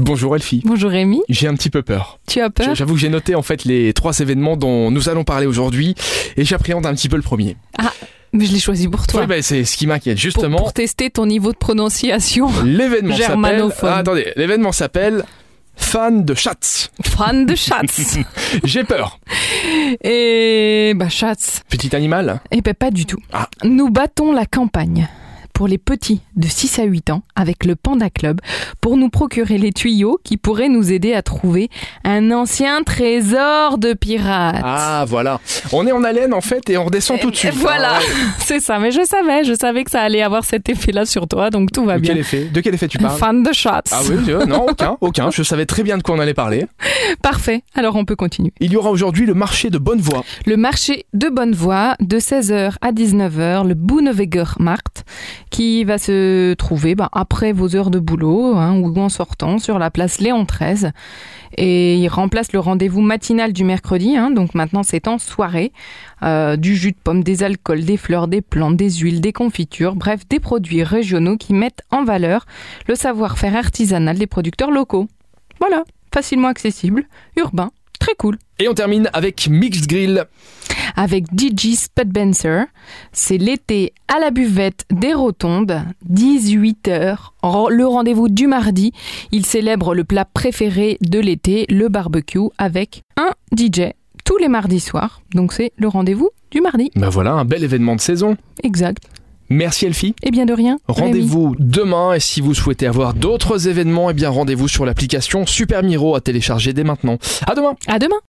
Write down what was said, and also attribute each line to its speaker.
Speaker 1: Bonjour Elfie.
Speaker 2: Bonjour Rémi,
Speaker 1: J'ai un petit peu peur.
Speaker 2: tu as
Speaker 1: J'-
Speaker 2: peur
Speaker 1: J'avoue que j'ai noté en fait les trois événements dont nous allons parler aujourd'hui et j'appréhende un petit peu le premier.
Speaker 2: Mais je l'ai choisi pour toi.
Speaker 1: Oui, bah, c'est ce qui m'inquiète
Speaker 2: Pour-
Speaker 1: justement.
Speaker 2: pour tester ton niveau de prononciation.
Speaker 1: L'événement s'appelle.
Speaker 2: Germanophone.
Speaker 1: Ah, attendez, l'événement s'appelle Fan de Schatz.
Speaker 2: Fan de Schatz.
Speaker 1: J'ai peur.
Speaker 2: Et bah Schatz.
Speaker 1: Petit animal.
Speaker 2: Eh ben pas du tout.
Speaker 1: Ah.
Speaker 2: Nous battons la campagne pour les petits de 6 à 8 ans avec le Panda Club pour nous procurer les tuyaux qui pourraient nous aider à trouver un ancien trésor de pirates.
Speaker 1: Ah voilà. On est en haleine en fait et on redescend tout de suite.
Speaker 2: Voilà,
Speaker 1: Ah, ouais.
Speaker 2: c'est ça. Mais je savais, je savais que ça allait avoir cet effet-là sur toi, donc tout va
Speaker 1: De
Speaker 2: bien.
Speaker 1: quel effet De quel effet tu parles
Speaker 2: Fan de Schatz.
Speaker 1: Ah oui, euh, non, aucun, aucun. Je savais très bien de quoi on allait parler.
Speaker 2: Parfait. Alors on peut continuer.
Speaker 1: Il y aura aujourd'hui le marché de bonne voie.
Speaker 2: Le marché de bonne voie de 16h à 19h, le Bouneweger Markt, qui va se trouver ben, après vos heures de boulot hein, ou en sortant sur la place Léon XIII. Et il remplace le rendez-vous matinal du mercredi, hein, donc maintenant c'est en soirée. Euh, du jus de pomme, des alcools, des fleurs, des plantes, des huiles, des confitures, bref, des produits régionaux qui mettent en valeur le savoir-faire artisanal des producteurs locaux. Voilà, facilement accessible, urbain, très cool
Speaker 1: Et on termine avec Mixed Grill.
Speaker 2: avec DJ Spudbenser. C'est l'été à la buvette des Rotondes, 18h, le rendez-vous du mardi. Il célèbre le plat préféré de l'été, le barbecue, avec un DJ tous les mardis soirs. Donc c'est le rendez-vous du mardi.
Speaker 1: Ben voilà, un bel événement de saison.
Speaker 2: Exact.
Speaker 1: Merci Elfie.
Speaker 2: Et bien de rien. Rémi.
Speaker 1: Rendez-vous demain et si vous souhaitez avoir d'autres événements, eh bien rendez-vous sur l'application Super Miro à télécharger dès maintenant. À demain.
Speaker 2: À demain.